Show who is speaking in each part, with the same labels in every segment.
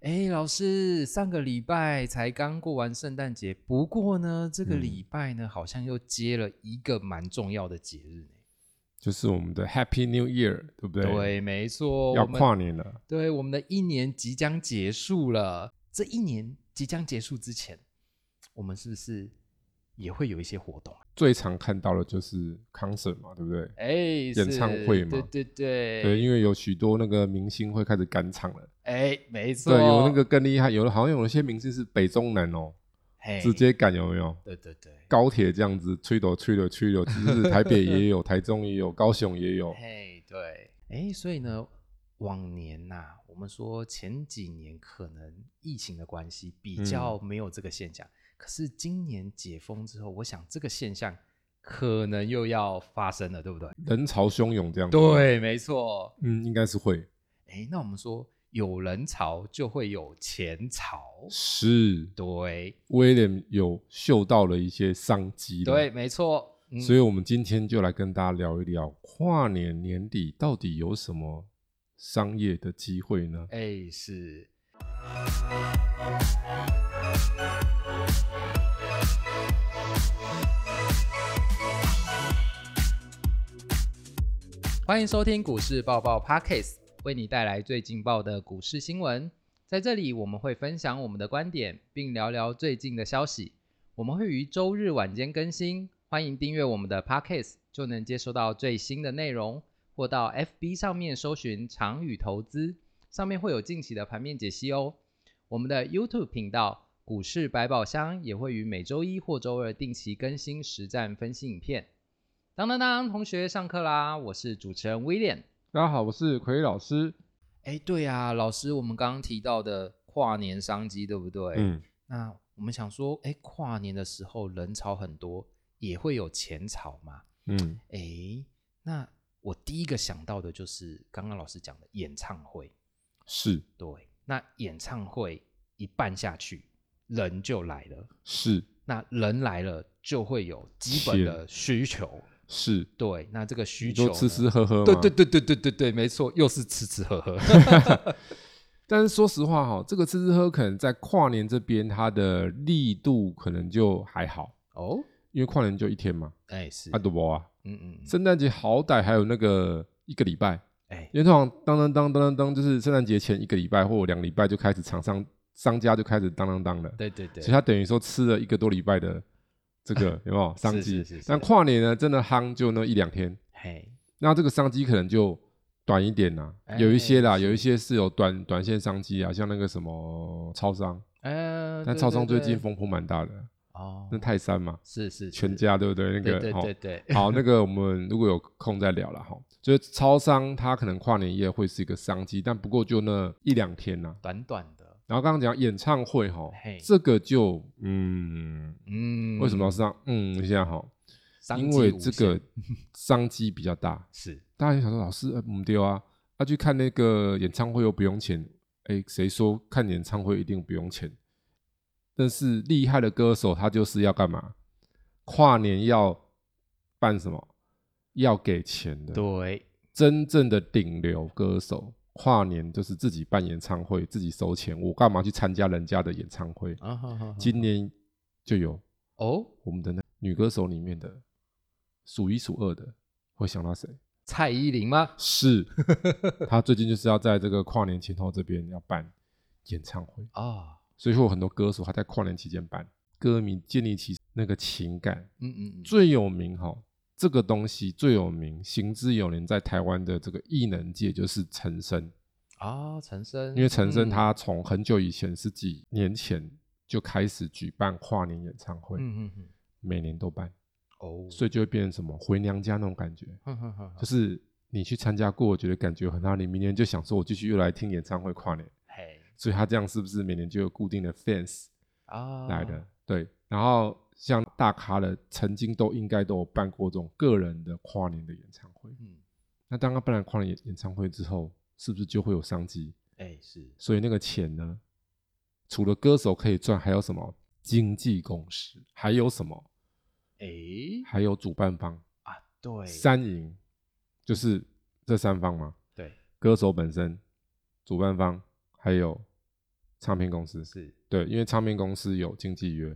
Speaker 1: 哎，老师，上个礼拜才刚过完圣诞节，不过呢，这个
Speaker 2: 嗯
Speaker 1: 礼拜呢，好像又接了一个蛮重要的节日呢。
Speaker 2: 就是我们的 Happy New Year，对不对？，
Speaker 1: 没错，
Speaker 2: 要
Speaker 1: 我们
Speaker 2: 跨年了。
Speaker 1: 对我们的一年即将结束了。这一年即将结束之前，我们是不是也会有一些活动啊？
Speaker 2: 最常看到的就是 concert 嘛，对不对？
Speaker 1: 哎，
Speaker 2: 演唱
Speaker 1: 是
Speaker 2: 会嘛
Speaker 1: 对对对，
Speaker 2: 对，因为有许多那个明星会开始赶场了。
Speaker 1: 哎，没错，
Speaker 2: 对，有那个更厉害，有的好像有一些明星是北中南哦，
Speaker 1: 嘿
Speaker 2: 直，接赶有没有？
Speaker 1: 对对对，
Speaker 2: 高铁这样子吹流吹流吹流，就是台北 也有，台中也有，高雄也有。
Speaker 1: 嘿，对，哎，哦所以呢，往年呐、我们说前几年可能疫情的关系比
Speaker 2: 嗯
Speaker 1: 较没有这个现象，可是今年解封之后，我想这个现象可能又要发生了，对不对？
Speaker 2: 人潮汹涌这样子。，
Speaker 1: 对，没错。
Speaker 2: 嗯，应该是会
Speaker 1: 哎，那我们说有人潮就会有钱潮，
Speaker 2: 是
Speaker 1: 对，
Speaker 2: 威廉有嗅到了一些商机了，
Speaker 1: 对，没错。嗯
Speaker 2: 所以我们今天就来跟大家聊一聊跨年年底到底有什么商业的机会呢？
Speaker 1: 哎，是。欢迎收听股市爆爆 Pockets，为你带来最劲爆的股市新闻。在这里，我们会分享我们的观点，并聊聊最近的消息。我们会于周日晚间更新，欢迎订阅我们的 Pockets，就能接收到最新的内容。或到 FB 上面搜寻“长宇投资”，上面会有近期的盘面解析哦。我们的 YouTube 频道“股市百宝箱”也会于每周一或周二定期更新实战分析影片。当当当，同学上课啦！我是主持人威廉。
Speaker 2: 大家好，我是奎老师。
Speaker 1: 哎，对啊，老师，我们刚刚提到的跨年商机，对不对？。
Speaker 2: 嗯，
Speaker 1: 那我们想说，哎，跨年的时候人潮很多，也会有钱潮嘛？
Speaker 2: 嗯，
Speaker 1: 诶，那我第一个想到的就是刚刚老师讲的演唱会。
Speaker 2: 是
Speaker 1: 对，那演唱会一办下去，人就来了，
Speaker 2: 是
Speaker 1: 那人来了就会有基本的需求。
Speaker 2: 是，
Speaker 1: 对，那这个需
Speaker 2: 你
Speaker 1: 求
Speaker 2: 说
Speaker 1: 呢
Speaker 2: 吃吃喝喝嘛。
Speaker 1: 对对。对对对对对，没错，又是吃吃喝 喝。
Speaker 2: 但是说实话哈、这个吃吃喝喝可能在跨年这边它的力度可能就还好，
Speaker 1: 哦，
Speaker 2: 因为跨年就一天嘛，
Speaker 1: 哎是，
Speaker 2: 啊赌博啊，
Speaker 1: 嗯嗯，嗯
Speaker 2: 圣诞节好歹还有那个一个礼拜，
Speaker 1: 哎
Speaker 2: 因为通常当当当当当当，就是圣诞节前一个礼拜或两礼拜就开始厂商商家就开始当当当了，
Speaker 1: 对对对
Speaker 2: 所以，他等于说吃了一个多礼拜的这个 有没有商
Speaker 1: 是
Speaker 2: 机？
Speaker 1: 是是是
Speaker 2: 但跨年呢，真的夯就那一两天，
Speaker 1: 嘿，
Speaker 2: 那这个商机可能就短一点啦、
Speaker 1: 哎
Speaker 2: 有一些啦，
Speaker 1: 是
Speaker 2: 有一些是有短短线商机啊，像那个什么超商，
Speaker 1: 嗯，
Speaker 2: 但
Speaker 1: 对
Speaker 2: 超
Speaker 1: 对
Speaker 2: 商最
Speaker 1: 对
Speaker 2: 近风波蛮大的，
Speaker 1: 哦
Speaker 2: 那，泰山嘛，
Speaker 1: 是是
Speaker 2: 全
Speaker 1: 是
Speaker 2: 家对不对？那
Speaker 1: 对
Speaker 2: 个
Speaker 1: 对
Speaker 2: 哦
Speaker 1: 对对，
Speaker 2: 好，那个我们如果有空再聊了哈。就是超商它可能跨年夜会是一个商机，但不过就那一两天呐、
Speaker 1: 短短的，
Speaker 2: 然后刚刚讲演唱会哈
Speaker 1: 嘿，
Speaker 2: 这个就嗯，
Speaker 1: 嗯，
Speaker 2: 为什么要上嗯一下哈？
Speaker 1: 商
Speaker 2: 因
Speaker 1: 机
Speaker 2: 为
Speaker 1: 无
Speaker 2: 这
Speaker 1: 限
Speaker 2: 个商机比较大，
Speaker 1: 是
Speaker 2: 大家就想说老师呃不对啊，啊去看那个演唱会又不用钱，哎谁说看演唱会一定不用钱？但是厉害的歌手他就是要干嘛？跨年要办什么？要给钱的，
Speaker 1: 对，
Speaker 2: 真正的顶流歌手，跨年就是自己办演唱会，自己收钱，我干嘛去参加人家的演唱会？
Speaker 1: 啊哈哈哈
Speaker 2: 今年就有
Speaker 1: 哦，
Speaker 2: 我们的那女歌手里面的数一数二的，会想到谁？
Speaker 1: 蔡依林吗？
Speaker 2: 是， 她最近就是要在这个跨年前后这边要办演唱会，
Speaker 1: 啊，
Speaker 2: 所以会有很多歌手他在跨年期间办，歌迷建立起那个情感。
Speaker 1: 嗯嗯嗯，
Speaker 2: 最有名哈，这个东西最有名，行之有年，在台湾的这个艺能界就是陈升。
Speaker 1: 啊，陈升，
Speaker 2: 因为陈升
Speaker 1: 嗯，
Speaker 2: 他从很久以前是几年前就开始举办跨年演唱会，
Speaker 1: 嗯嗯嗯，
Speaker 2: 每年都办，
Speaker 1: 哦，
Speaker 2: 所以就会变成什么回娘家那种感觉，
Speaker 1: 哼哼哼哼
Speaker 2: 就是你去参加过，觉得感觉很好，你明年就想说我继续又来听演唱会跨年，
Speaker 1: 嘿
Speaker 2: 所以他这样是不是每年就有固定的 fans
Speaker 1: 啊，
Speaker 2: 来的？对，然后像大咖的曾经都应该都有办过这种个人的跨年的演唱会，
Speaker 1: 嗯，
Speaker 2: 那当他办了跨年演演唱会之后，是不是就会有商机？
Speaker 1: 哎是，
Speaker 2: 所以那个钱呢，除了歌手可以赚，还有什么经纪公司，还有什么，
Speaker 1: 哎
Speaker 2: 还有主办方，
Speaker 1: 啊，对，
Speaker 2: 三赢，就是这三方嘛，
Speaker 1: 对，
Speaker 2: 歌手本身、主办方还有唱片公司
Speaker 1: 是
Speaker 2: 对，因为唱片公司有经纪约，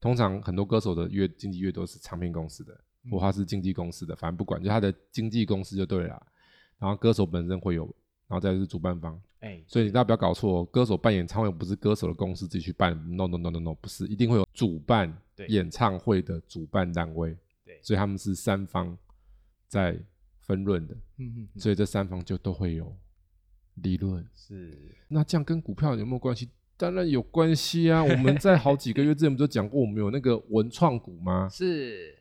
Speaker 2: 通常很多歌手的约经纪约都是唱片公司的，
Speaker 1: 嗯
Speaker 2: 或他是经纪公司的，反正不管，就他的经纪公司就对了啦。然后歌手本身会有，然后再就是主办方，
Speaker 1: 哎，
Speaker 2: 所以你大家不要搞错、哦，歌手办演唱会不是歌手的公司自己去办，no no no no no，不是，一定会有主办
Speaker 1: 对
Speaker 2: 演唱会的主办单位，
Speaker 1: 对
Speaker 2: 所以他们是三方在分润的，
Speaker 1: 嗯嗯，
Speaker 2: 所以这三方就都会有利润。
Speaker 1: 是
Speaker 2: 那这样跟股票有没有关系？当然有关系啊！我们在好几个月之前不就讲过，我们有那个文创股吗？
Speaker 1: 是，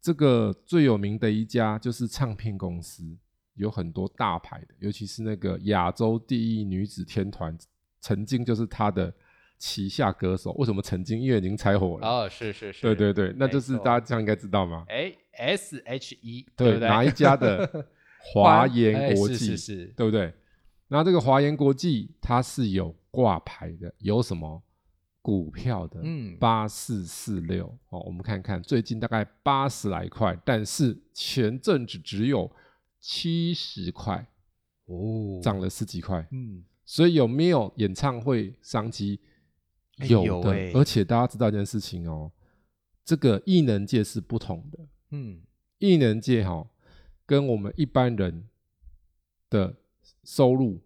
Speaker 2: 这个最有名的一家就是唱片公司，有很多大牌的，尤其是那个亚洲第一女子天团，曾经就是她的旗下歌手。为什么曾经？因为已经拆伙了。
Speaker 1: 哦，是是是，
Speaker 2: 对对对，那就是
Speaker 1: 没错
Speaker 2: 大家这样应该知道吗？
Speaker 1: 哎，S H E，不对？
Speaker 2: 哪一 家的华研国
Speaker 1: 哎
Speaker 2: 际？
Speaker 1: 是是是，
Speaker 2: 对不对？那这个华研国际它是有挂牌的，有什么股票的？
Speaker 1: 嗯
Speaker 2: 八四四六哦，我们看看最近大概八十来块，但是前阵子只有七十块，
Speaker 1: 哦，
Speaker 2: 涨了十几块，
Speaker 1: 嗯，
Speaker 2: 所以有没有演唱会商机？
Speaker 1: 哎
Speaker 2: 有
Speaker 1: 有
Speaker 2: 的，
Speaker 1: 哎
Speaker 2: 而且大家知道一件事情哦，这个艺能界是不同的，
Speaker 1: 嗯
Speaker 2: 艺能界哈、跟我们一般人的收入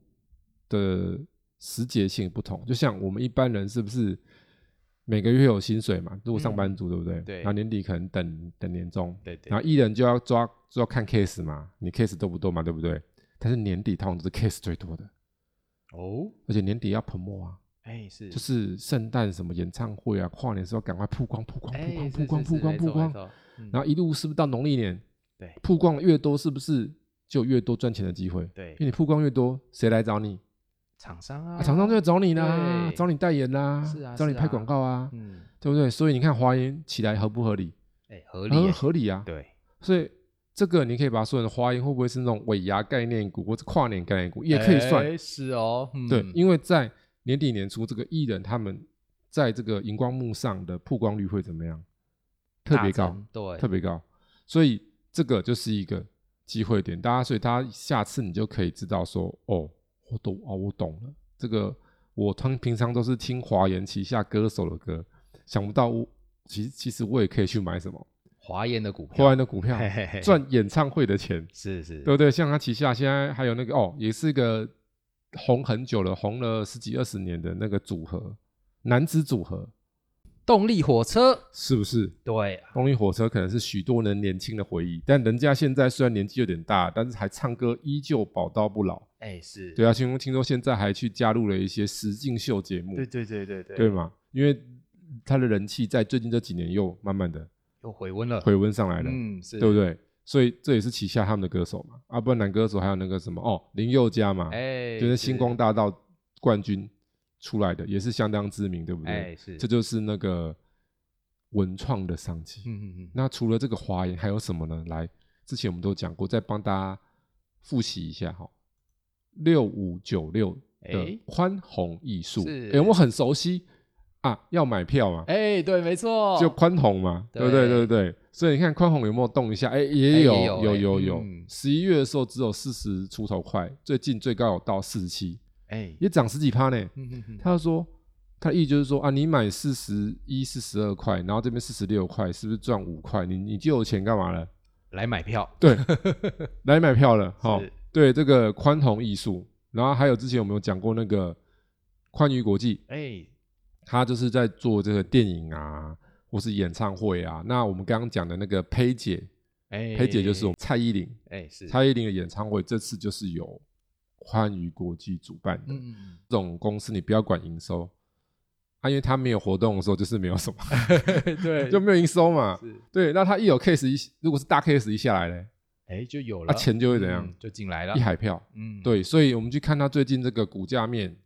Speaker 2: 的时节性不同。就像我们一般人是不是每个月有薪水嘛？如果上班族对不对？
Speaker 1: 嗯对
Speaker 2: 然后年底可能等等年终，
Speaker 1: 对对
Speaker 2: 然后艺人就要抓就要看 case 嘛，你 case 多不多嘛，对不对？但是年底通常都是 case 最多的，
Speaker 1: 哦，
Speaker 2: 而且年底要 promo 啊，
Speaker 1: 哎是，
Speaker 2: 就是圣诞什么演唱会啊，跨年的时候赶快曝光曝光曝
Speaker 1: 哎
Speaker 2: 光
Speaker 1: 是
Speaker 2: 曝光
Speaker 1: 是
Speaker 2: 曝
Speaker 1: 是
Speaker 2: 光
Speaker 1: 没
Speaker 2: 曝
Speaker 1: 错
Speaker 2: 光
Speaker 1: 没，错嗯
Speaker 2: 然后一路是不是到农历年？
Speaker 1: 对
Speaker 2: 曝光的越多，是不是就越多赚钱的机会？
Speaker 1: 对
Speaker 2: 因为你曝光越多，谁来找你？
Speaker 1: 厂商
Speaker 2: 啊
Speaker 1: 啊，
Speaker 2: 厂商就来找你啦，
Speaker 1: 对
Speaker 2: 找你代言啦，
Speaker 1: 是啊
Speaker 2: 找你
Speaker 1: 是
Speaker 2: 拍
Speaker 1: 啊
Speaker 2: 广告啊，
Speaker 1: 嗯，
Speaker 2: 对不对？所以你看华研起来合不合理？
Speaker 1: 哎合理耶，
Speaker 2: 合理啊。
Speaker 1: 对，
Speaker 2: 所以这个你可以把它说成华研会不会是那种尾牙概念股或者跨年概念股，也可以算。
Speaker 1: 哎是哦，嗯
Speaker 2: 对，因为在年底年初，这个艺人他们在这个荧光幕上的曝光率会怎么样？特别
Speaker 1: 大
Speaker 2: 高
Speaker 1: 增，对，
Speaker 2: 特别高，所以这个就是一个机会点。大家，所以大家下次你就可以知道说，哦，我懂，哦，我懂了。这个我通平常都是听华研旗下歌手的歌，想不到我其实其实我也可以去买什么
Speaker 1: 华研的股票，
Speaker 2: 华研的股票
Speaker 1: 嘿嘿嘿，
Speaker 2: 赚演唱会的钱，
Speaker 1: 是是，
Speaker 2: 对不对？像他旗下现在还有那个哦，也是一个红很久了，红了十几二十年的那个组合，男子组合，
Speaker 1: 动力火车，
Speaker 2: 是不是？
Speaker 1: 对，
Speaker 2: 动力火车可能是许多人年轻的回忆，但人家现在虽然年纪有点大，但是还唱歌依旧宝刀不老。
Speaker 1: 哎是，
Speaker 2: 对啊，听说听说现在还去加入了一些实境秀节目，
Speaker 1: 对对对对对，
Speaker 2: 对吗？因为他的人气在最近这几年又慢慢的
Speaker 1: 又回温了，
Speaker 2: 回温上来了，
Speaker 1: 嗯是，
Speaker 2: 对不？对？所以这也是旗下他们的歌手嘛，啊，不然男歌手还有那个什么哦，林宥嘉嘛，
Speaker 1: 哎，
Speaker 2: 就是星光，大道冠军出来的，也是相当知名，对不对？
Speaker 1: 哎是，
Speaker 2: 这就是那个文创的商机。
Speaker 1: 嗯嗯嗯，
Speaker 2: 那除了这个华研，还有什么呢？来，之前我们都讲过，再帮大家复习一下哈。六五九六
Speaker 1: 诶
Speaker 2: 的宽宏艺术，
Speaker 1: 是
Speaker 2: 诶我很熟悉啊，要买票嘛，
Speaker 1: 哎对，没错，
Speaker 2: 就宽宏嘛，对不
Speaker 1: 对
Speaker 2: 对？对不对？所以你看宽宏有没有动一下？哎，
Speaker 1: 诶
Speaker 2: 也有，
Speaker 1: 也有
Speaker 2: 有
Speaker 1: 诶
Speaker 2: 有有
Speaker 1: 嗯。
Speaker 2: 十一、月的时候只有四十出头块，最近最高有到四十七，
Speaker 1: 哎，
Speaker 2: 也涨十几趴呢。
Speaker 1: 嗯嗯嗯，
Speaker 2: 他就说，他的意思就是说啊，你买四十一、四十二块，然后这边四十六块，是不是赚五块？你你就有钱干嘛了？
Speaker 1: 来买票，
Speaker 2: 对， 来买票了哈、
Speaker 1: 是
Speaker 2: 对，这个宽宏艺术，然后还有之前我们有讲过那个宽娱国际，
Speaker 1: 哎
Speaker 2: 他就是在做这个电影啊，或是演唱会啊。那我们刚刚讲的那个佩姐，
Speaker 1: 哎，
Speaker 2: 佩姐就是我们蔡依林，
Speaker 1: 哎是，
Speaker 2: 蔡依林的演唱会这次就是由宽娱国际主办的。
Speaker 1: 嗯嗯嗯，
Speaker 2: 这种公司你不要管营收，啊，因为他没有活动的时候就是没有什么，
Speaker 1: 对，
Speaker 2: 就没有营收嘛。
Speaker 1: 是，
Speaker 2: 对，那他一有 case 一，如果是大 case 一下来嘞，
Speaker 1: 哎就有
Speaker 2: 那、
Speaker 1: 了，
Speaker 2: 钱就会怎样？
Speaker 1: 嗯就进来了
Speaker 2: 一，海票。
Speaker 1: 嗯，
Speaker 2: 对，所以我们去看他最近这个股价面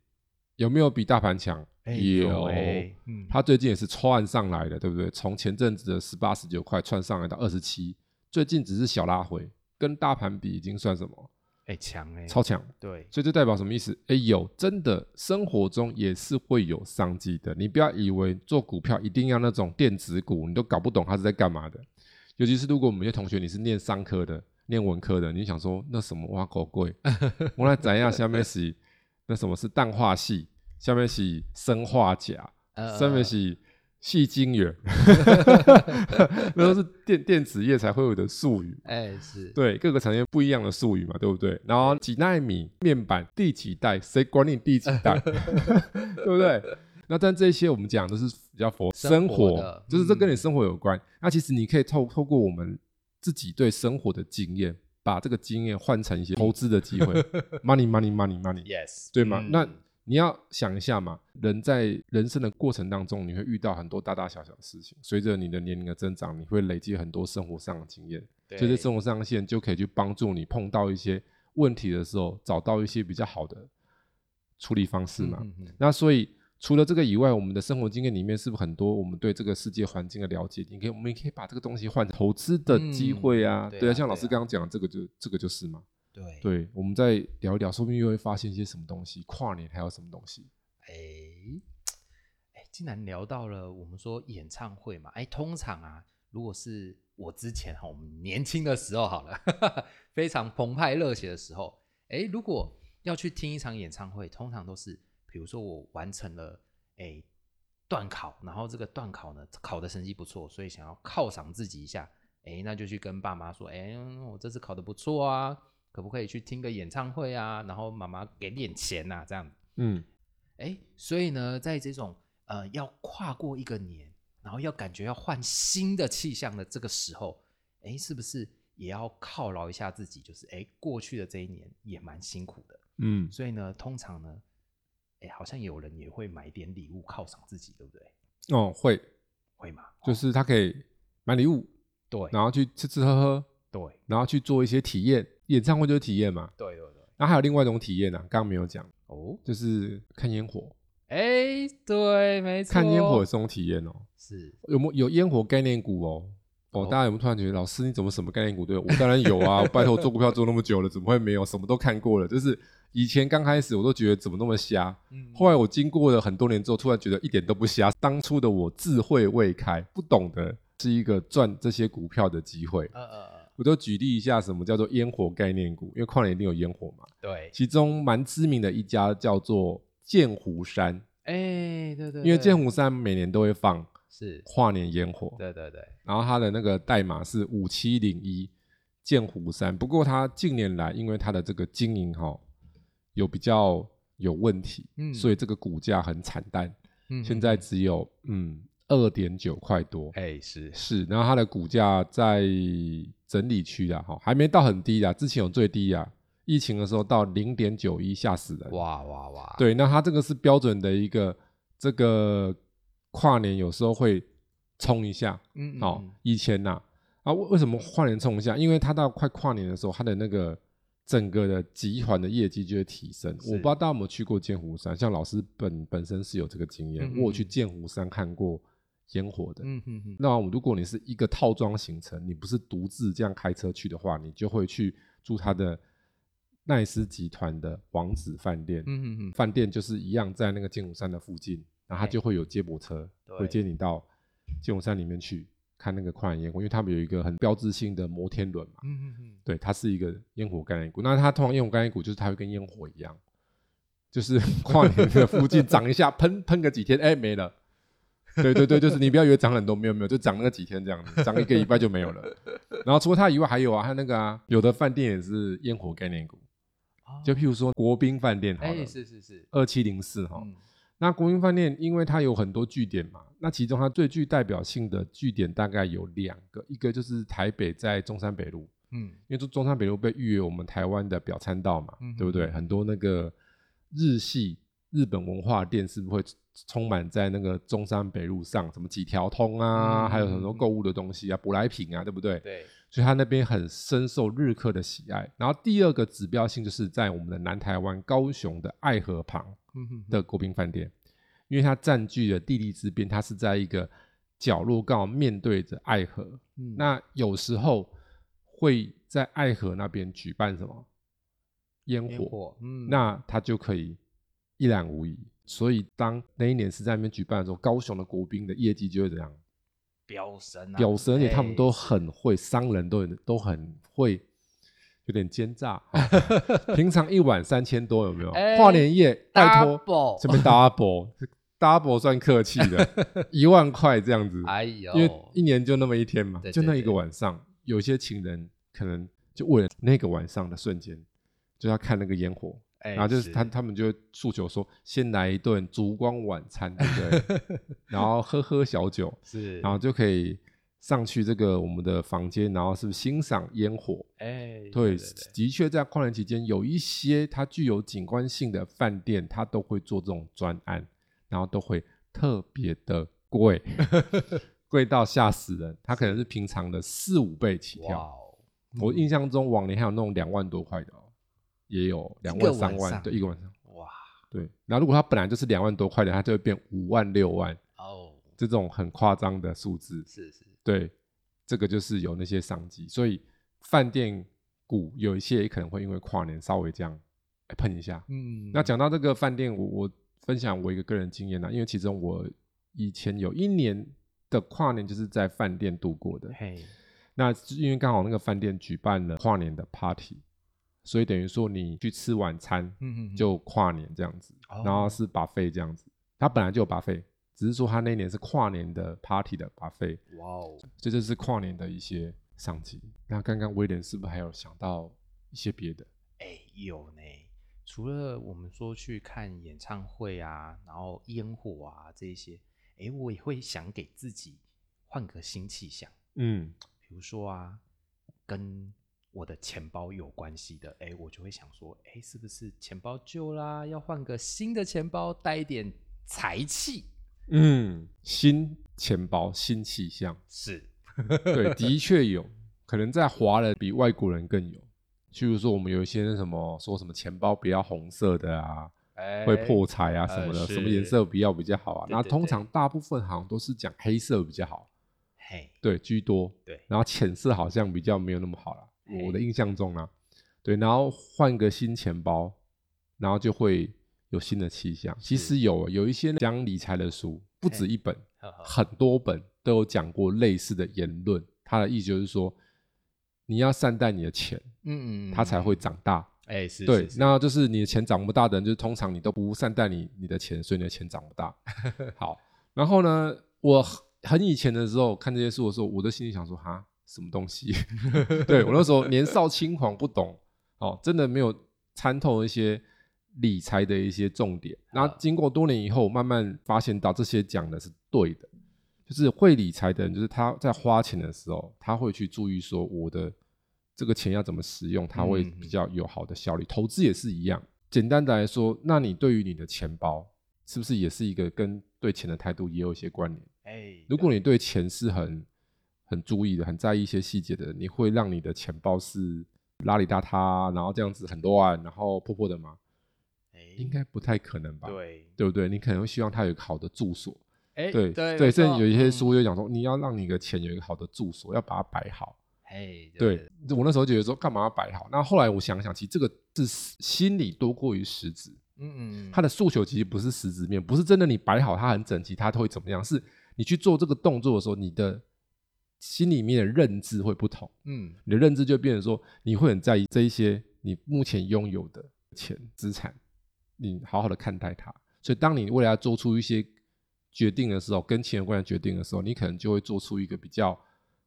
Speaker 2: 有没有比大盘强？
Speaker 1: 哎，
Speaker 2: 有，
Speaker 1: 哎嗯，
Speaker 2: 他最近也是窜上来的，对不对？从前阵子的十八、十九块窜上来到二十七，最近只是小拉回，跟大盘比已经算什么？
Speaker 1: 哎强哎，
Speaker 2: 超强。
Speaker 1: 对，
Speaker 2: 所以这代表什么意思？哎，有真的生活中也是会有商机的。你不要以为做股票一定要那种电子股，你都搞不懂它是在干嘛的。尤其是如果我们有些同学你是念商科的、念文科的，你想说那什么挖狗贵，我来怎样下面是那什么是氮化系，下面是生化钾，
Speaker 1: 呃，
Speaker 2: 上面是细晶元， 那都是电电子业才会有的术语。
Speaker 1: 哎是，
Speaker 2: 对各个产业不一样的术语嘛，对不对？然后几纳米面板第几代，谁管你第几代， 对不对？那但这些我们讲都是比较佛
Speaker 1: 生
Speaker 2: 生
Speaker 1: 活
Speaker 2: 活，
Speaker 1: 的
Speaker 2: 就是这跟你
Speaker 1: 嗯
Speaker 2: 生活有关。那其实你可以透透过我们自己对生活的经验，把这个经验换成一些投资的机 会，money money money money，
Speaker 1: ，yes，
Speaker 2: 对吗？
Speaker 1: 嗯
Speaker 2: 那你要想一下嘛，人在人生的过程当中，你会遇到很多大大小小的事情。随着你的年龄的增长，你会累积很多生活上的经验，
Speaker 1: 对
Speaker 2: 所以这生活上的经验就可以去帮助你碰到一些问题的时候，找到一些比较好的处理方式嘛。
Speaker 1: 嗯嗯嗯
Speaker 2: 那所以除了这个以外，我们的生活经验里面是不是很多我们对这个世界环境的了解？你可以，我们也可以把这个东西换成投资的机会
Speaker 1: 嗯
Speaker 2: 啊，
Speaker 1: 对啊
Speaker 2: 对像老
Speaker 1: 对
Speaker 2: 师
Speaker 1: 啊
Speaker 2: 刚刚讲的这个就这个就是嘛。
Speaker 1: 对，
Speaker 2: 对，我们再聊一聊，说不定又会发现一些什么东西。跨年还有什么东西？
Speaker 1: 哎哎，竟然聊到了我们说演唱会嘛，哎，通常啊，如果是我之前哈，我们年轻的时候好了， 非常澎湃热血的时候，哎，如果要去听一场演唱会，通常都是比如说我完成了哎段考，然后这个段考呢考的成绩不错，所以想要犒赏自己一下，哎，那就去跟爸妈说，哎，我这次考的不错啊，可不可以去听个演唱会啊？然后妈妈给点钱呐、这样子。
Speaker 2: 嗯，
Speaker 1: 哎，所以呢，在这种呃要跨过一个年，然后要感觉要换新的气象的这个时候，哎，是不是也要犒劳一下自己？就是哎，过去的这一年也蛮辛苦的，
Speaker 2: 嗯，
Speaker 1: 所以呢，通常呢，哎，好像有人也会买点礼物犒赏自己，对不对？
Speaker 2: 哦，会，
Speaker 1: 会吗？哦
Speaker 2: 就是他可以买礼物，
Speaker 1: 对，
Speaker 2: 然后去吃吃喝喝，
Speaker 1: 对，
Speaker 2: 然后去做一些体验。演唱会就是体验嘛，
Speaker 1: 对对对，
Speaker 2: 然后还有另外一种体验呢、啊，刚刚没有讲，
Speaker 1: 哦，
Speaker 2: 就是看烟火。
Speaker 1: 哎，对，没错，
Speaker 2: 看烟火也是种体验哦，
Speaker 1: 是
Speaker 2: 有没有烟火概念股哦？哦，
Speaker 1: 哦
Speaker 2: 大家有没有突然觉得老师你怎么什么概念股都有？我当然有啊，我 拜托我做股票做那么久了，怎么会没有？什么都看过了，就是以前刚开始我都觉得怎么那么瞎，
Speaker 1: 嗯
Speaker 2: 后来我经过了很多年之后，突然觉得一点都不瞎。当初的我智慧未开，不懂得是一个赚这些股票的机会。
Speaker 1: 呃呃呃，
Speaker 2: 我就举例一下，什么叫做烟火概念股？因为跨年一定有烟火嘛。
Speaker 1: 对，
Speaker 2: 其中蛮知名的一家叫做剑湖山，
Speaker 1: 哎，对对，
Speaker 2: 因为剑
Speaker 1: 对
Speaker 2: 湖山每年都会放
Speaker 1: 是，
Speaker 2: 跨年烟火，
Speaker 1: 对对对，
Speaker 2: 然后它的那个代码是五七零一剑湖山。不过它近年来因为它的这个经营哈、有比较有问题，
Speaker 1: 嗯
Speaker 2: 所以这个股价很惨淡。
Speaker 1: 嗯
Speaker 2: 现在只有嗯二点九块多，
Speaker 1: 哎是
Speaker 2: 是，然后它的股价在整理区啦，哈，还没到很低啦，之前有最低啊，疫情的时候到零点九一，吓死人。
Speaker 1: 哇哇哇！，
Speaker 2: 对，那它这个是标准的一个这个跨年有时候会冲一下，
Speaker 1: 嗯，
Speaker 2: 哦，
Speaker 1: 嗯
Speaker 2: 以前呐、啊，为为什么跨年冲一下？因为它到快跨年的时候，它的那个整个的集团的业绩就会提升。
Speaker 1: 是
Speaker 2: 我不知道大家有没有去过剑湖山，像老师本本身是有这个经验，
Speaker 1: 嗯嗯
Speaker 2: 我有去
Speaker 1: 嗯
Speaker 2: 剑湖山看过烟火的。
Speaker 1: 嗯嗯嗯，
Speaker 2: 那如果你是一个套装行程，你不是独自这样开车去的话，你就会去住他的奈斯集团的王子饭店。
Speaker 1: 嗯嗯嗯，
Speaker 2: 饭店就是一样在那个剑湖山的附近，然后它
Speaker 1: 对
Speaker 2: 就会有接驳车
Speaker 1: 对
Speaker 2: 会接你到剑湖山里面去看那个跨年烟火，因为他们有一个很标志性的摩天轮嘛，
Speaker 1: 嗯嗯嗯，
Speaker 2: 对，它是一个烟火概念股。那它通常烟火概念股就是它会跟烟火一样，就是跨年的附近 涨一下，喷喷个几天，哎、没了。对对对，就是你不要以为涨很多，没有没有，就涨那个几天这样子，涨一个礼拜就没 有了。然后除了它以外，还有啊，它那个啊，有的饭店也是烟火概念股，
Speaker 1: 哦
Speaker 2: 就譬如说国宾饭店好
Speaker 1: 哎
Speaker 2: 了，
Speaker 1: 是是是，
Speaker 2: 二七零四哈，
Speaker 1: 嗯
Speaker 2: 那国营饭店，因为它有很多据点嘛，那其中它最具代表性的据点大概有两个，一个就是台北在中山北路，
Speaker 1: 嗯
Speaker 2: 因为中中山北路被誉为我们台湾的表参道嘛，
Speaker 1: 嗯哼
Speaker 2: 对不对？很多那个日系日本文化店是不是会充满在那个中山北路上？什么几条通啊，
Speaker 1: 嗯
Speaker 2: 还有很多购物的东西啊，舶来品啊，对不对？
Speaker 1: 对，
Speaker 2: 所以它那边很深受日客的喜爱。然后第二个指标性就是在我们的南台湾高雄的爱河旁，
Speaker 1: 嗯嗯
Speaker 2: 的国宾饭店，因为它占据了地利之便，它是在一个角落，刚好面对着爱河。
Speaker 1: 嗯
Speaker 2: 那有时候会在爱河那边举办什么烟
Speaker 1: 烟
Speaker 2: 火，
Speaker 1: 火，嗯
Speaker 2: 那它就可以一览无遗。所以当那一年是在那边举办的时候，高雄的国宾的业绩就会怎样
Speaker 1: 飙升啊
Speaker 2: 飙升，而且他们
Speaker 1: 哎
Speaker 2: 都很会，商人都很都很会有点 奸诈。哦平常一晚三千多有没有？
Speaker 1: 哎
Speaker 2: 跨年夜拜托，
Speaker 1: 托
Speaker 2: 这边 double double 算客气的，一万块这样子。
Speaker 1: 哎呦，
Speaker 2: 因为一年就那么一天嘛
Speaker 1: 对，
Speaker 2: 就那
Speaker 1: 对
Speaker 2: 一个晚上，有些情人可能就为了那个晚上的瞬间，就要看那个烟火，
Speaker 1: 哎
Speaker 2: 然后就是他他们就会诉求说，先来一顿烛光晚餐，对不对？ 然后喝喝小酒，
Speaker 1: 是，
Speaker 2: 然后就可以上去这个我们的房间，然后是不是欣赏烟火？
Speaker 1: 哎，对
Speaker 2: 对
Speaker 1: 对，
Speaker 2: 的确在跨年期间，有一些它具有景观性的饭店，它都会做这种专案，然后都会特别的贵， 贵到吓死人。它可能是平常的四五倍起
Speaker 1: 哇
Speaker 2: 跳。
Speaker 1: 哦，
Speaker 2: 我印象中往年还有那种两万多块的、哦，也有两
Speaker 1: 一个晚
Speaker 2: 万三
Speaker 1: 上
Speaker 2: 万，对，一个晚上。
Speaker 1: 哇
Speaker 2: 对，然后如果它本来就是两万多块的，它就会变五万六万
Speaker 1: 哦，
Speaker 2: 这种很夸张的数字。
Speaker 1: 是是，
Speaker 2: 对，这个就是有那些商机，所以饭店股有一些也可能会因为跨年稍微这样哎碰一下。
Speaker 1: 嗯，
Speaker 2: 那讲到这个饭店，我我分享我一个个人经验啊啦、因为其中我以前有一年的跨年就是在饭店度过的，
Speaker 1: 嘿，
Speaker 2: 那是因为刚好那个饭店举办了跨年的 party，所以等于说你去吃晚餐，
Speaker 1: 嗯嗯，嗯
Speaker 2: 就跨年这样子，
Speaker 1: 哦
Speaker 2: 然后是 buffet 这样子，他本来就有 buffet，只是说他那一年是跨年的 party 的 buffet，
Speaker 1: 哇哦，
Speaker 2: 这就是跨年的一些商机。那刚刚威廉是不是还有想到一些别的？
Speaker 1: 哎，有呢。除了我们说去看演唱会啊，然后烟火啊这一些，哎，我也会想给自己换个新气象。
Speaker 2: 嗯，
Speaker 1: 比如说啊，跟我的钱包有关系的，哎，我就会想说，哎，是不是钱包旧啦，要换个新的钱包，带一点财气。
Speaker 2: 嗯，新钱包新气象，
Speaker 1: 是，
Speaker 2: 对，的确有，可能在华人比外国人更有。譬如说，我们有一些那什么说什么钱包不要红色的啊，
Speaker 1: 哎，
Speaker 2: 会破财啊
Speaker 1: 呃
Speaker 2: 什么的，
Speaker 1: 是
Speaker 2: 什么颜色比较比较好啊？
Speaker 1: 对
Speaker 2: 那
Speaker 1: 对
Speaker 2: 通
Speaker 1: 对
Speaker 2: 常大部分好像都是讲黑色比较好，
Speaker 1: 嘿，
Speaker 2: 对，居多。
Speaker 1: 对，
Speaker 2: 然后浅色好像比较没有那么好啦，
Speaker 1: 嘿
Speaker 2: 我的印象中啦，对，然后换个新钱包，然后就会有新的气象。其
Speaker 1: 是
Speaker 2: 实有有一些讲理财的书，不止一本，
Speaker 1: 呵呵
Speaker 2: 很多本都有讲过类似的言论。他的意思就是说，你要善待你的钱，
Speaker 1: 嗯嗯，
Speaker 2: 它才会长大。
Speaker 1: 哎，是，
Speaker 2: 对
Speaker 1: 是，是
Speaker 2: 那就是你的钱长不大的人，就是通常你都不善待你你的钱，所以你的钱长不 大。好，然后呢，我很很以前的时候看这些书的时候，我的心里想说，哈，什么东西？ 对我那时候年少轻狂，不懂哦，真的没有参透一些理财的一些重点。那经过多年以后，我慢慢发现到这些讲的是对的，就是会理财的人，就是他在花钱的时候，他会去注意说我的这个钱要怎么使用，他会
Speaker 1: 嗯嗯
Speaker 2: 比较有好的效率。投资也是一样，简单的来说，那你对于你的钱包，是不是也是一个跟对钱的态度也有一些关联？
Speaker 1: 哎，
Speaker 2: 如果你对钱是很很注意的，很在意一些细节的，你会让你的钱包是邋里邋遢，啊然后这样子很乱，然后破破的吗？
Speaker 1: 哎
Speaker 2: 应该不太可能吧？，
Speaker 1: 对，
Speaker 2: 不对？你可能会希望它有一个好的住所，
Speaker 1: 哎，
Speaker 2: 对
Speaker 1: 对
Speaker 2: 对，
Speaker 1: 没
Speaker 2: 甚
Speaker 1: 错
Speaker 2: 至有一些书，
Speaker 1: 嗯
Speaker 2: 就讲说，你要让你的钱有一个好的住所，要把它摆好。
Speaker 1: 哎，
Speaker 2: 对，我那时候觉得说，干嘛要摆好？那后来我想想，其实这个是心理多过于实质。
Speaker 1: 嗯嗯，
Speaker 2: 它的诉求其实不是实质面，不是真的你摆好它很整齐，它会怎么样？是你去做这个动作的时候，你的心里面的认知会不同，
Speaker 1: 嗯
Speaker 2: 你的认知就变成说，你会很在意这一些你目前拥有的钱资产，你好好的看待它。所以，当你未来要做出一些决定的时候，跟钱有关的决定的时候，你可能就会做出一个比较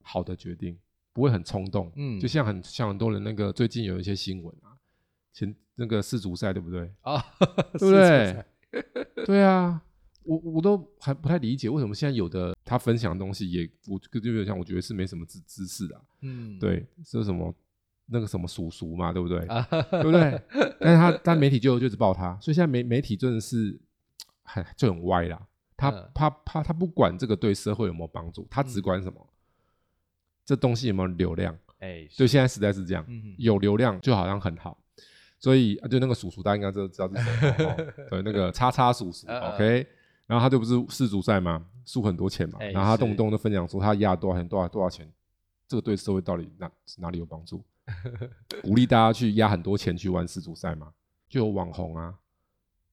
Speaker 2: 好的决定，不会很冲动。
Speaker 1: 嗯
Speaker 2: 就像很像很多人那个最近有一些新闻啊，前那个世足赛对不对？
Speaker 1: 啊，对
Speaker 2: 对不对？？对啊，我我都还不太理解为什么现在有的他分享的东西也，我就就有点像，我觉得是没什么知知识啊。
Speaker 1: 嗯，
Speaker 2: 对，是什么那个什么叔叔嘛，对不对？
Speaker 1: 啊，
Speaker 2: 对不对？但是他他媒体就就一直报他，所以现在媒媒体真的是很就很歪啦。他
Speaker 1: 嗯
Speaker 2: 他他他不管这个对社会有没有帮助，他只
Speaker 1: 嗯
Speaker 2: 管什么、这东西有没有流量。
Speaker 1: 哎，
Speaker 2: 所以现在时代是这样，
Speaker 1: 嗯
Speaker 2: 有流量就好像很好。所以啊就那个叔叔，大家应该知知道是谁了 哦，对，那个叉叉叔叔
Speaker 1: 嗯嗯
Speaker 2: ，OK。然后他就不是世足赛嘛，输很多钱嘛，
Speaker 1: 哎
Speaker 2: 然后他动
Speaker 1: 是
Speaker 2: 不动就分享说他压多少钱，多少多少钱，这个对社会到底哪哪里有 帮助？鼓励大家去压很多钱去玩世足赛嘛，就有网红啊，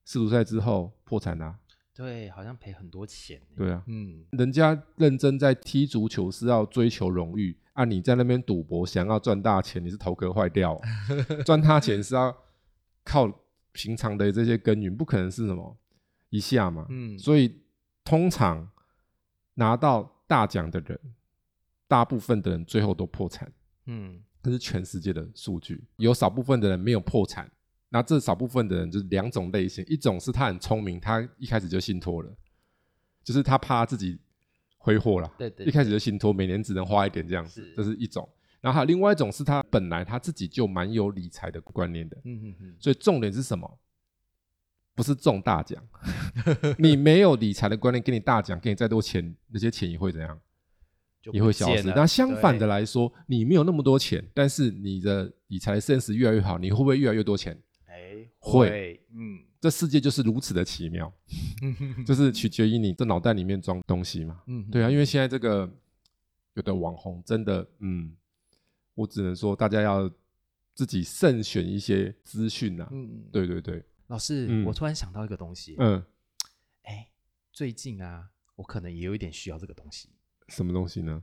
Speaker 2: 世足赛之后破产啦、
Speaker 1: 对，好像赔很多钱欸。
Speaker 2: 对啊，
Speaker 1: 嗯，
Speaker 2: 人家认真在踢足球是要追求荣誉啊，你在那边赌博想要赚大钱，你是头壳坏掉哦、赚大钱是要靠平常的这些耕耘，不可能是什么一下嘛。
Speaker 1: 嗯
Speaker 2: 所以通常拿到大奖的人，大部分的人最后都破产，
Speaker 1: 嗯
Speaker 2: 这是全世界的数据。有少部分的人没有破产，那这少部分的人就是两种类型，一种是他很聪明，他一开始就信托了，就是他怕自己挥霍了，
Speaker 1: 对对
Speaker 2: 一开始就信托，每年只能花一点这样子
Speaker 1: 是，
Speaker 2: 这是一种。然后还有另外一种是他本来他自己就蛮有理财的观念的，
Speaker 1: 嗯嗯嗯，
Speaker 2: 所以重点是什么？不是中大 奖，你没有理财的观念，给你大奖，给你再多钱，那些钱也会怎样？
Speaker 1: 就
Speaker 2: 也
Speaker 1: 不
Speaker 2: 会消
Speaker 1: 见
Speaker 2: 失。
Speaker 1: 了
Speaker 2: 那相反的
Speaker 1: 对
Speaker 2: 来说，你没有那么多钱，但是你的理财 sense 越来越好，你会不会越来越多钱？
Speaker 1: 哎，
Speaker 2: 会
Speaker 1: 会， 嗯
Speaker 2: 这世界就是如此的 奇妙，
Speaker 1: 嗯嗯
Speaker 2: 就是取决于你这脑袋里面装东西嘛。
Speaker 1: 嗯，
Speaker 2: 对啊，因为现在这个有的网红真的，嗯，我只能说大家要自己慎选一些资讯啊。
Speaker 1: 嗯，嗯，
Speaker 2: 对对对，
Speaker 1: 老师，
Speaker 2: 嗯
Speaker 1: 我突然想到一个东西，
Speaker 2: 嗯，
Speaker 1: 哎，最近啊，我可能也有一点需要这个东西，
Speaker 2: 什么东西呢？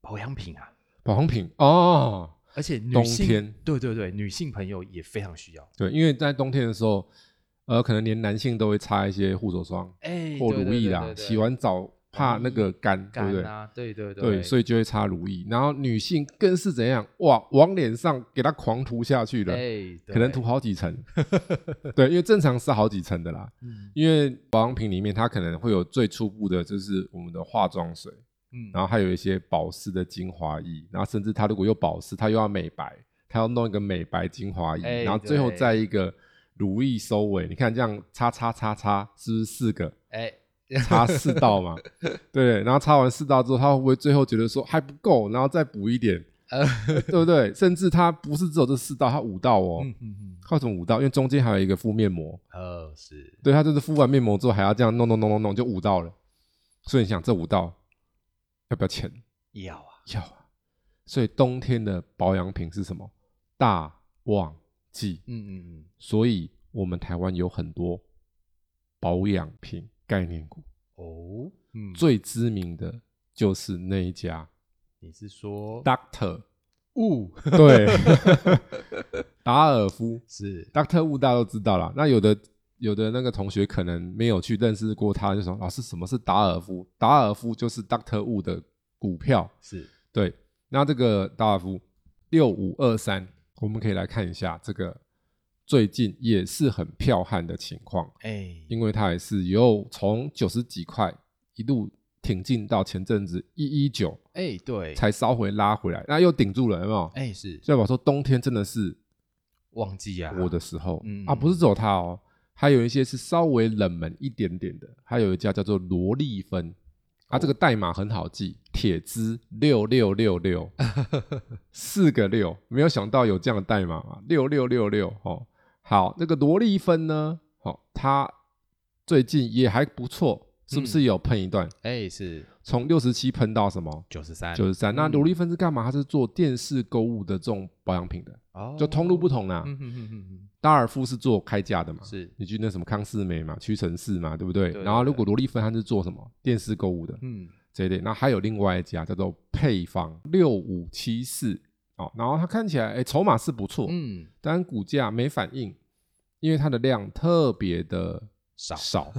Speaker 1: 保养品啊，
Speaker 2: 保养品哦，
Speaker 1: 而且女
Speaker 2: 冬
Speaker 1: 性，
Speaker 2: 天
Speaker 1: 对对对，女性朋友也非常需要，
Speaker 2: 对，因为在冬天的时候，呃，可能连男性都会擦一些护手霜
Speaker 1: 哎，
Speaker 2: 或
Speaker 1: 对
Speaker 2: 乳液啦，洗完澡怕那个干，对不
Speaker 1: 干
Speaker 2: 对？
Speaker 1: 啊，对对
Speaker 2: 对，所以就会擦乳液。然后女性更是怎样？哇，往脸上给它狂涂下去了，
Speaker 1: 哎，
Speaker 2: 可能涂
Speaker 1: 对，
Speaker 2: 好几层。 对，因为正常是好几层的啦。
Speaker 1: 嗯
Speaker 2: 因为保养品里面它可能会有最初步的，就是我们的化妆水，
Speaker 1: 嗯，
Speaker 2: 然后还有一些保湿的精华液，然后甚至它如果又保湿，它又要美白，它要弄一个美白精华液，
Speaker 1: 哎
Speaker 2: 然后最后
Speaker 1: 对
Speaker 2: 再一个乳液收尾。你看这样擦擦擦擦，是不是四个？
Speaker 1: 哎，
Speaker 2: 擦四 道嘛，对，然后擦完四道之后，他会不会最后觉得说还不够，然后再补一点，
Speaker 1: 呃
Speaker 2: 对不对？甚至他不是只有这四道，他五道哦，
Speaker 1: 嗯嗯嗯，
Speaker 2: 靠什么五道？因为中间还有一个敷面膜，
Speaker 1: 呃，是，
Speaker 2: 对他就是敷完面膜之后还要这样弄弄弄弄弄，就五道了。所以你想这五道要不要钱？
Speaker 1: 要啊，
Speaker 2: 要啊。所以冬天的保养品是什么？大旺季。
Speaker 1: 嗯嗯嗯，
Speaker 2: 所以我们台湾有很多保养品概念股，
Speaker 1: 哦，嗯，
Speaker 2: 最知名的就是那一家
Speaker 1: 你是说
Speaker 2: Doctor，
Speaker 1: 物
Speaker 2: 对，达尔夫
Speaker 1: 是，
Speaker 2: Doctor Wu 大家都知道啦。那有的有的那个同学可能没有去认识过他，就说老师什么是达尔夫？达尔夫就是 Doctor Wu 的股票，
Speaker 1: 是，
Speaker 2: 对。那这个达尔夫六五二三，我们可以来看一下这个最近也是很彪悍的情况。
Speaker 1: 哎，
Speaker 2: 因为它也是有从九十几块一路挺进到前阵子一一九
Speaker 1: 哎，对，
Speaker 2: 才稍回拉回来，那又顶住了，有没有？
Speaker 1: 哎是
Speaker 2: 所以我说冬天真的是
Speaker 1: 旺季啊，
Speaker 2: 我的时候
Speaker 1: 嗯
Speaker 2: 啊，不是只有它哦，还有一些是稍微冷门一点点的，还有一家叫做罗丽芬，
Speaker 1: 哦
Speaker 2: 啊，这个代码很好记，铁资六六六六， 四个六，没有想到有这样的代码嘛，六六六六哦。好，那个罗丽芬呢，好、它最近也还不错，是不
Speaker 1: 嗯
Speaker 2: 是有喷一段？
Speaker 1: 哎是
Speaker 2: 从六十七喷到什么？
Speaker 1: 九十三，
Speaker 2: 九十三，那
Speaker 1: 嗯
Speaker 2: 罗丽芬是干嘛？它是做电视购物的这种保养品的，
Speaker 1: 哦
Speaker 2: 就通路不同啦、
Speaker 1: 嗯嗯嗯嗯
Speaker 2: 达尔夫是做开价的嘛
Speaker 1: 嗯，，是，
Speaker 2: 你去那什么康士美嘛、屈臣氏嘛，对不对？
Speaker 1: 对
Speaker 2: 然后如
Speaker 1: 对
Speaker 2: 果罗丽芬它是做什么电视购物的、
Speaker 1: 嗯
Speaker 2: 这一类，那还有另外一家叫做配方六五七四哦，然后它看起来哎筹码是不错，
Speaker 1: 嗯
Speaker 2: 但股价没反应，因为它的量特别的
Speaker 1: 少
Speaker 2: 少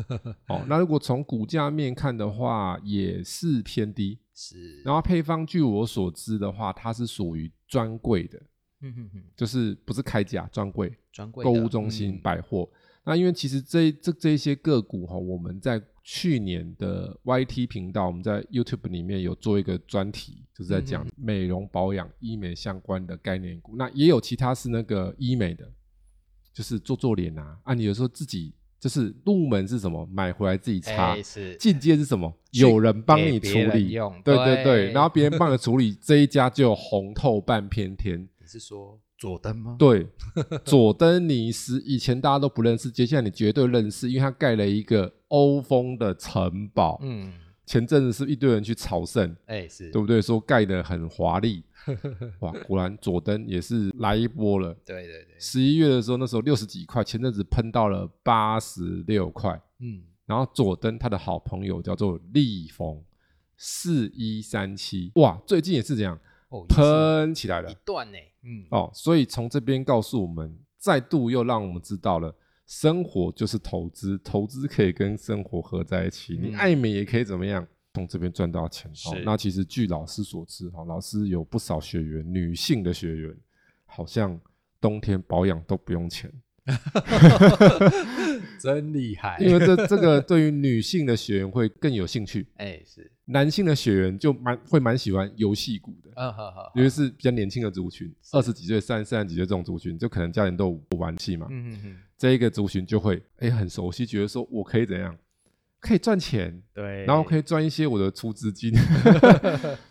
Speaker 2: 哦。那如果从股价面看的话，也是偏低。
Speaker 1: 是，
Speaker 2: 然后配方据我所知的话，它是属于专柜的，
Speaker 1: 嗯嗯嗯，
Speaker 2: 就是不是开价专柜，
Speaker 1: 专柜
Speaker 2: 购
Speaker 1: 的
Speaker 2: 物中心、
Speaker 1: 嗯
Speaker 2: 百货。那因为其实这这这一些个股哈、我们在去年的 YT 频道，我们在 YouTube 里面有做一个专题，就是在
Speaker 1: 嗯
Speaker 2: 讲美容保养、医美相关的概念股。那也有其他是那个医美的，就是做做脸啊。啊，你有时候自己就是入门是什么，买回来自己擦
Speaker 1: 哎。是
Speaker 2: 进阶是什么？
Speaker 1: 去
Speaker 2: 有人帮你
Speaker 1: 给别
Speaker 2: 处
Speaker 1: 人
Speaker 2: 理
Speaker 1: 用，
Speaker 2: 对对
Speaker 1: 对
Speaker 2: 对，然后别人帮你处理，这一家就红透半边 天。
Speaker 1: 你是说左灯吗？，
Speaker 2: 对，佐登尼斯以前大家都不认识，接下来你绝对认识，因为他盖了一个欧风的城堡。
Speaker 1: 嗯，
Speaker 2: 前阵子是一堆人去朝圣，
Speaker 1: 哎是，
Speaker 2: 对不对？说盖得很 华丽，哇，果然佐登也是来一波了。
Speaker 1: 对对对，
Speaker 2: 十一月的时候，那时候六十几块，前阵子喷到了八十六块，
Speaker 1: 嗯
Speaker 2: 然后佐登他的好朋友叫做立峰，四一三七，哇，最近也是这样
Speaker 1: 哦，也是
Speaker 2: 喷起来了
Speaker 1: 一。段呢、嗯，
Speaker 2: 哦，所以从这边告诉我们，再度又让我们知道了，生活就是投资，投资可以跟生活合在一起，你
Speaker 1: 嗯
Speaker 2: 爱美也可以怎么样，从这边赚到钱。哦
Speaker 1: 是，
Speaker 2: 那其实据老师所知，哦，老师有不少学员，女性的学员，好像冬天保养都不用钱，
Speaker 1: 真厉害
Speaker 2: 因为这这个对于女性的学员会更有兴趣，
Speaker 1: 哎、是，
Speaker 2: 男性的学员就蛮会蛮喜欢游戏股的。
Speaker 1: 嗯呵呵，
Speaker 2: 尤其是比较年轻的族群，二十几岁、三十、三十几岁这种族群，就可能家人都有玩戏嘛，
Speaker 1: 嗯嗯嗯，
Speaker 2: 这一个族群就会哎很熟悉，觉得说我可以怎样，可以赚钱，
Speaker 1: 对，
Speaker 2: 然后可
Speaker 1: 以，
Speaker 2: 以赚一些我的出资 金，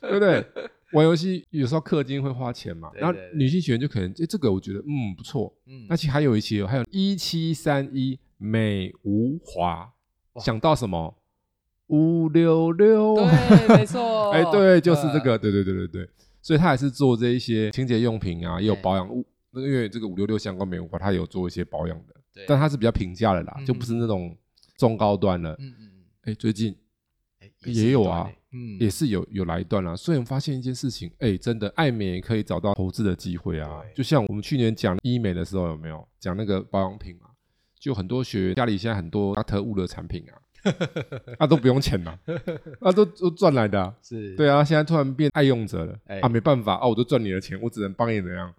Speaker 2: 对不对？玩游戏有时候氪金会花钱嘛，
Speaker 1: 对
Speaker 2: 然后
Speaker 1: 对对
Speaker 2: 女性学员就可能哎这个我觉得嗯不错，
Speaker 1: 嗯
Speaker 2: 那，其实还有一些哦还有一七三一美无华，
Speaker 1: 哇
Speaker 2: 想到什么五六六，
Speaker 1: 对，没错，
Speaker 2: 哎对，就是这个，对对对对对，所以他还是做这一些清洁用品啊，也有
Speaker 1: 哎
Speaker 2: 保养物，因为这个五六六相关美无华，它也有做一些保养的。
Speaker 1: 对，
Speaker 2: 但它是比较平价的啦，
Speaker 1: 嗯
Speaker 2: 就不是那种中高端了。
Speaker 1: 嗯嗯
Speaker 2: 哎、最近
Speaker 1: 嗯，哎
Speaker 2: 也有啊，
Speaker 1: 嗯，
Speaker 2: 也是有有来一段啦，所以我们发现一件事情，哎、真的爱美也可以找到投资的机会啊
Speaker 1: 对。
Speaker 2: 就像我们去年讲医美的时候，有没有讲那个保养品嘛？就很多学员家里现在很多阿特物的产品啊，啊都不用钱呐、啊，都都赚来的、啊。
Speaker 1: 是，
Speaker 2: 对啊，现在突然变爱用者了、
Speaker 1: 哎
Speaker 2: 啊，没办法啊，我就赚你的钱，我只能帮你怎样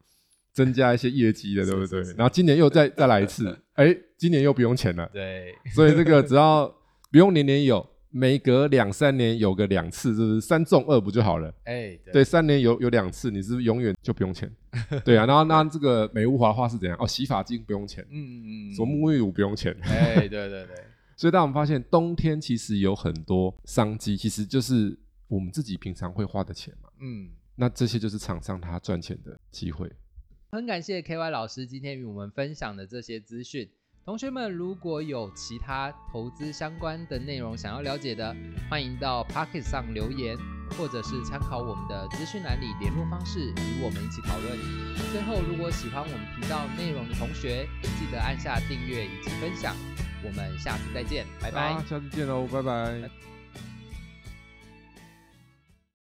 Speaker 2: 增加一些业绩了，对不
Speaker 1: 是
Speaker 2: 对？
Speaker 1: 是是
Speaker 2: 然后今年又再再来一次，哎、今年又不用钱了。
Speaker 1: 对，
Speaker 2: 所以这个只要不用年年有，每隔两三年有个两次，就是三中二不就好了？
Speaker 1: 哎，对
Speaker 2: 对，三年有有两次，你是不是永远就不用钱？ 对啊，然后那这个美物华化是怎样？哦，洗发精不用钱，
Speaker 1: 嗯嗯嗯，
Speaker 2: 什么沐浴乳不用钱。
Speaker 1: 哎，对对对，
Speaker 2: 所以当我们发现冬天其实有很多商机，其实就是我们自己平常会花的钱嘛。
Speaker 1: 嗯。
Speaker 2: 那这些就是厂商他赚钱的机会。
Speaker 1: 很感谢 KY 老师今天与我们分享的这些资讯。同学们，如果有其他投资相关的内容想要了解的，欢迎到 Pocket 上留言，或者是参考我们的资讯栏里联络方式，与我们一起讨论。最后，如果喜欢我们频道内容的同学，记得按下订阅以及分享。我们下次再见，拜拜。
Speaker 2: 啊下次见喽，拜拜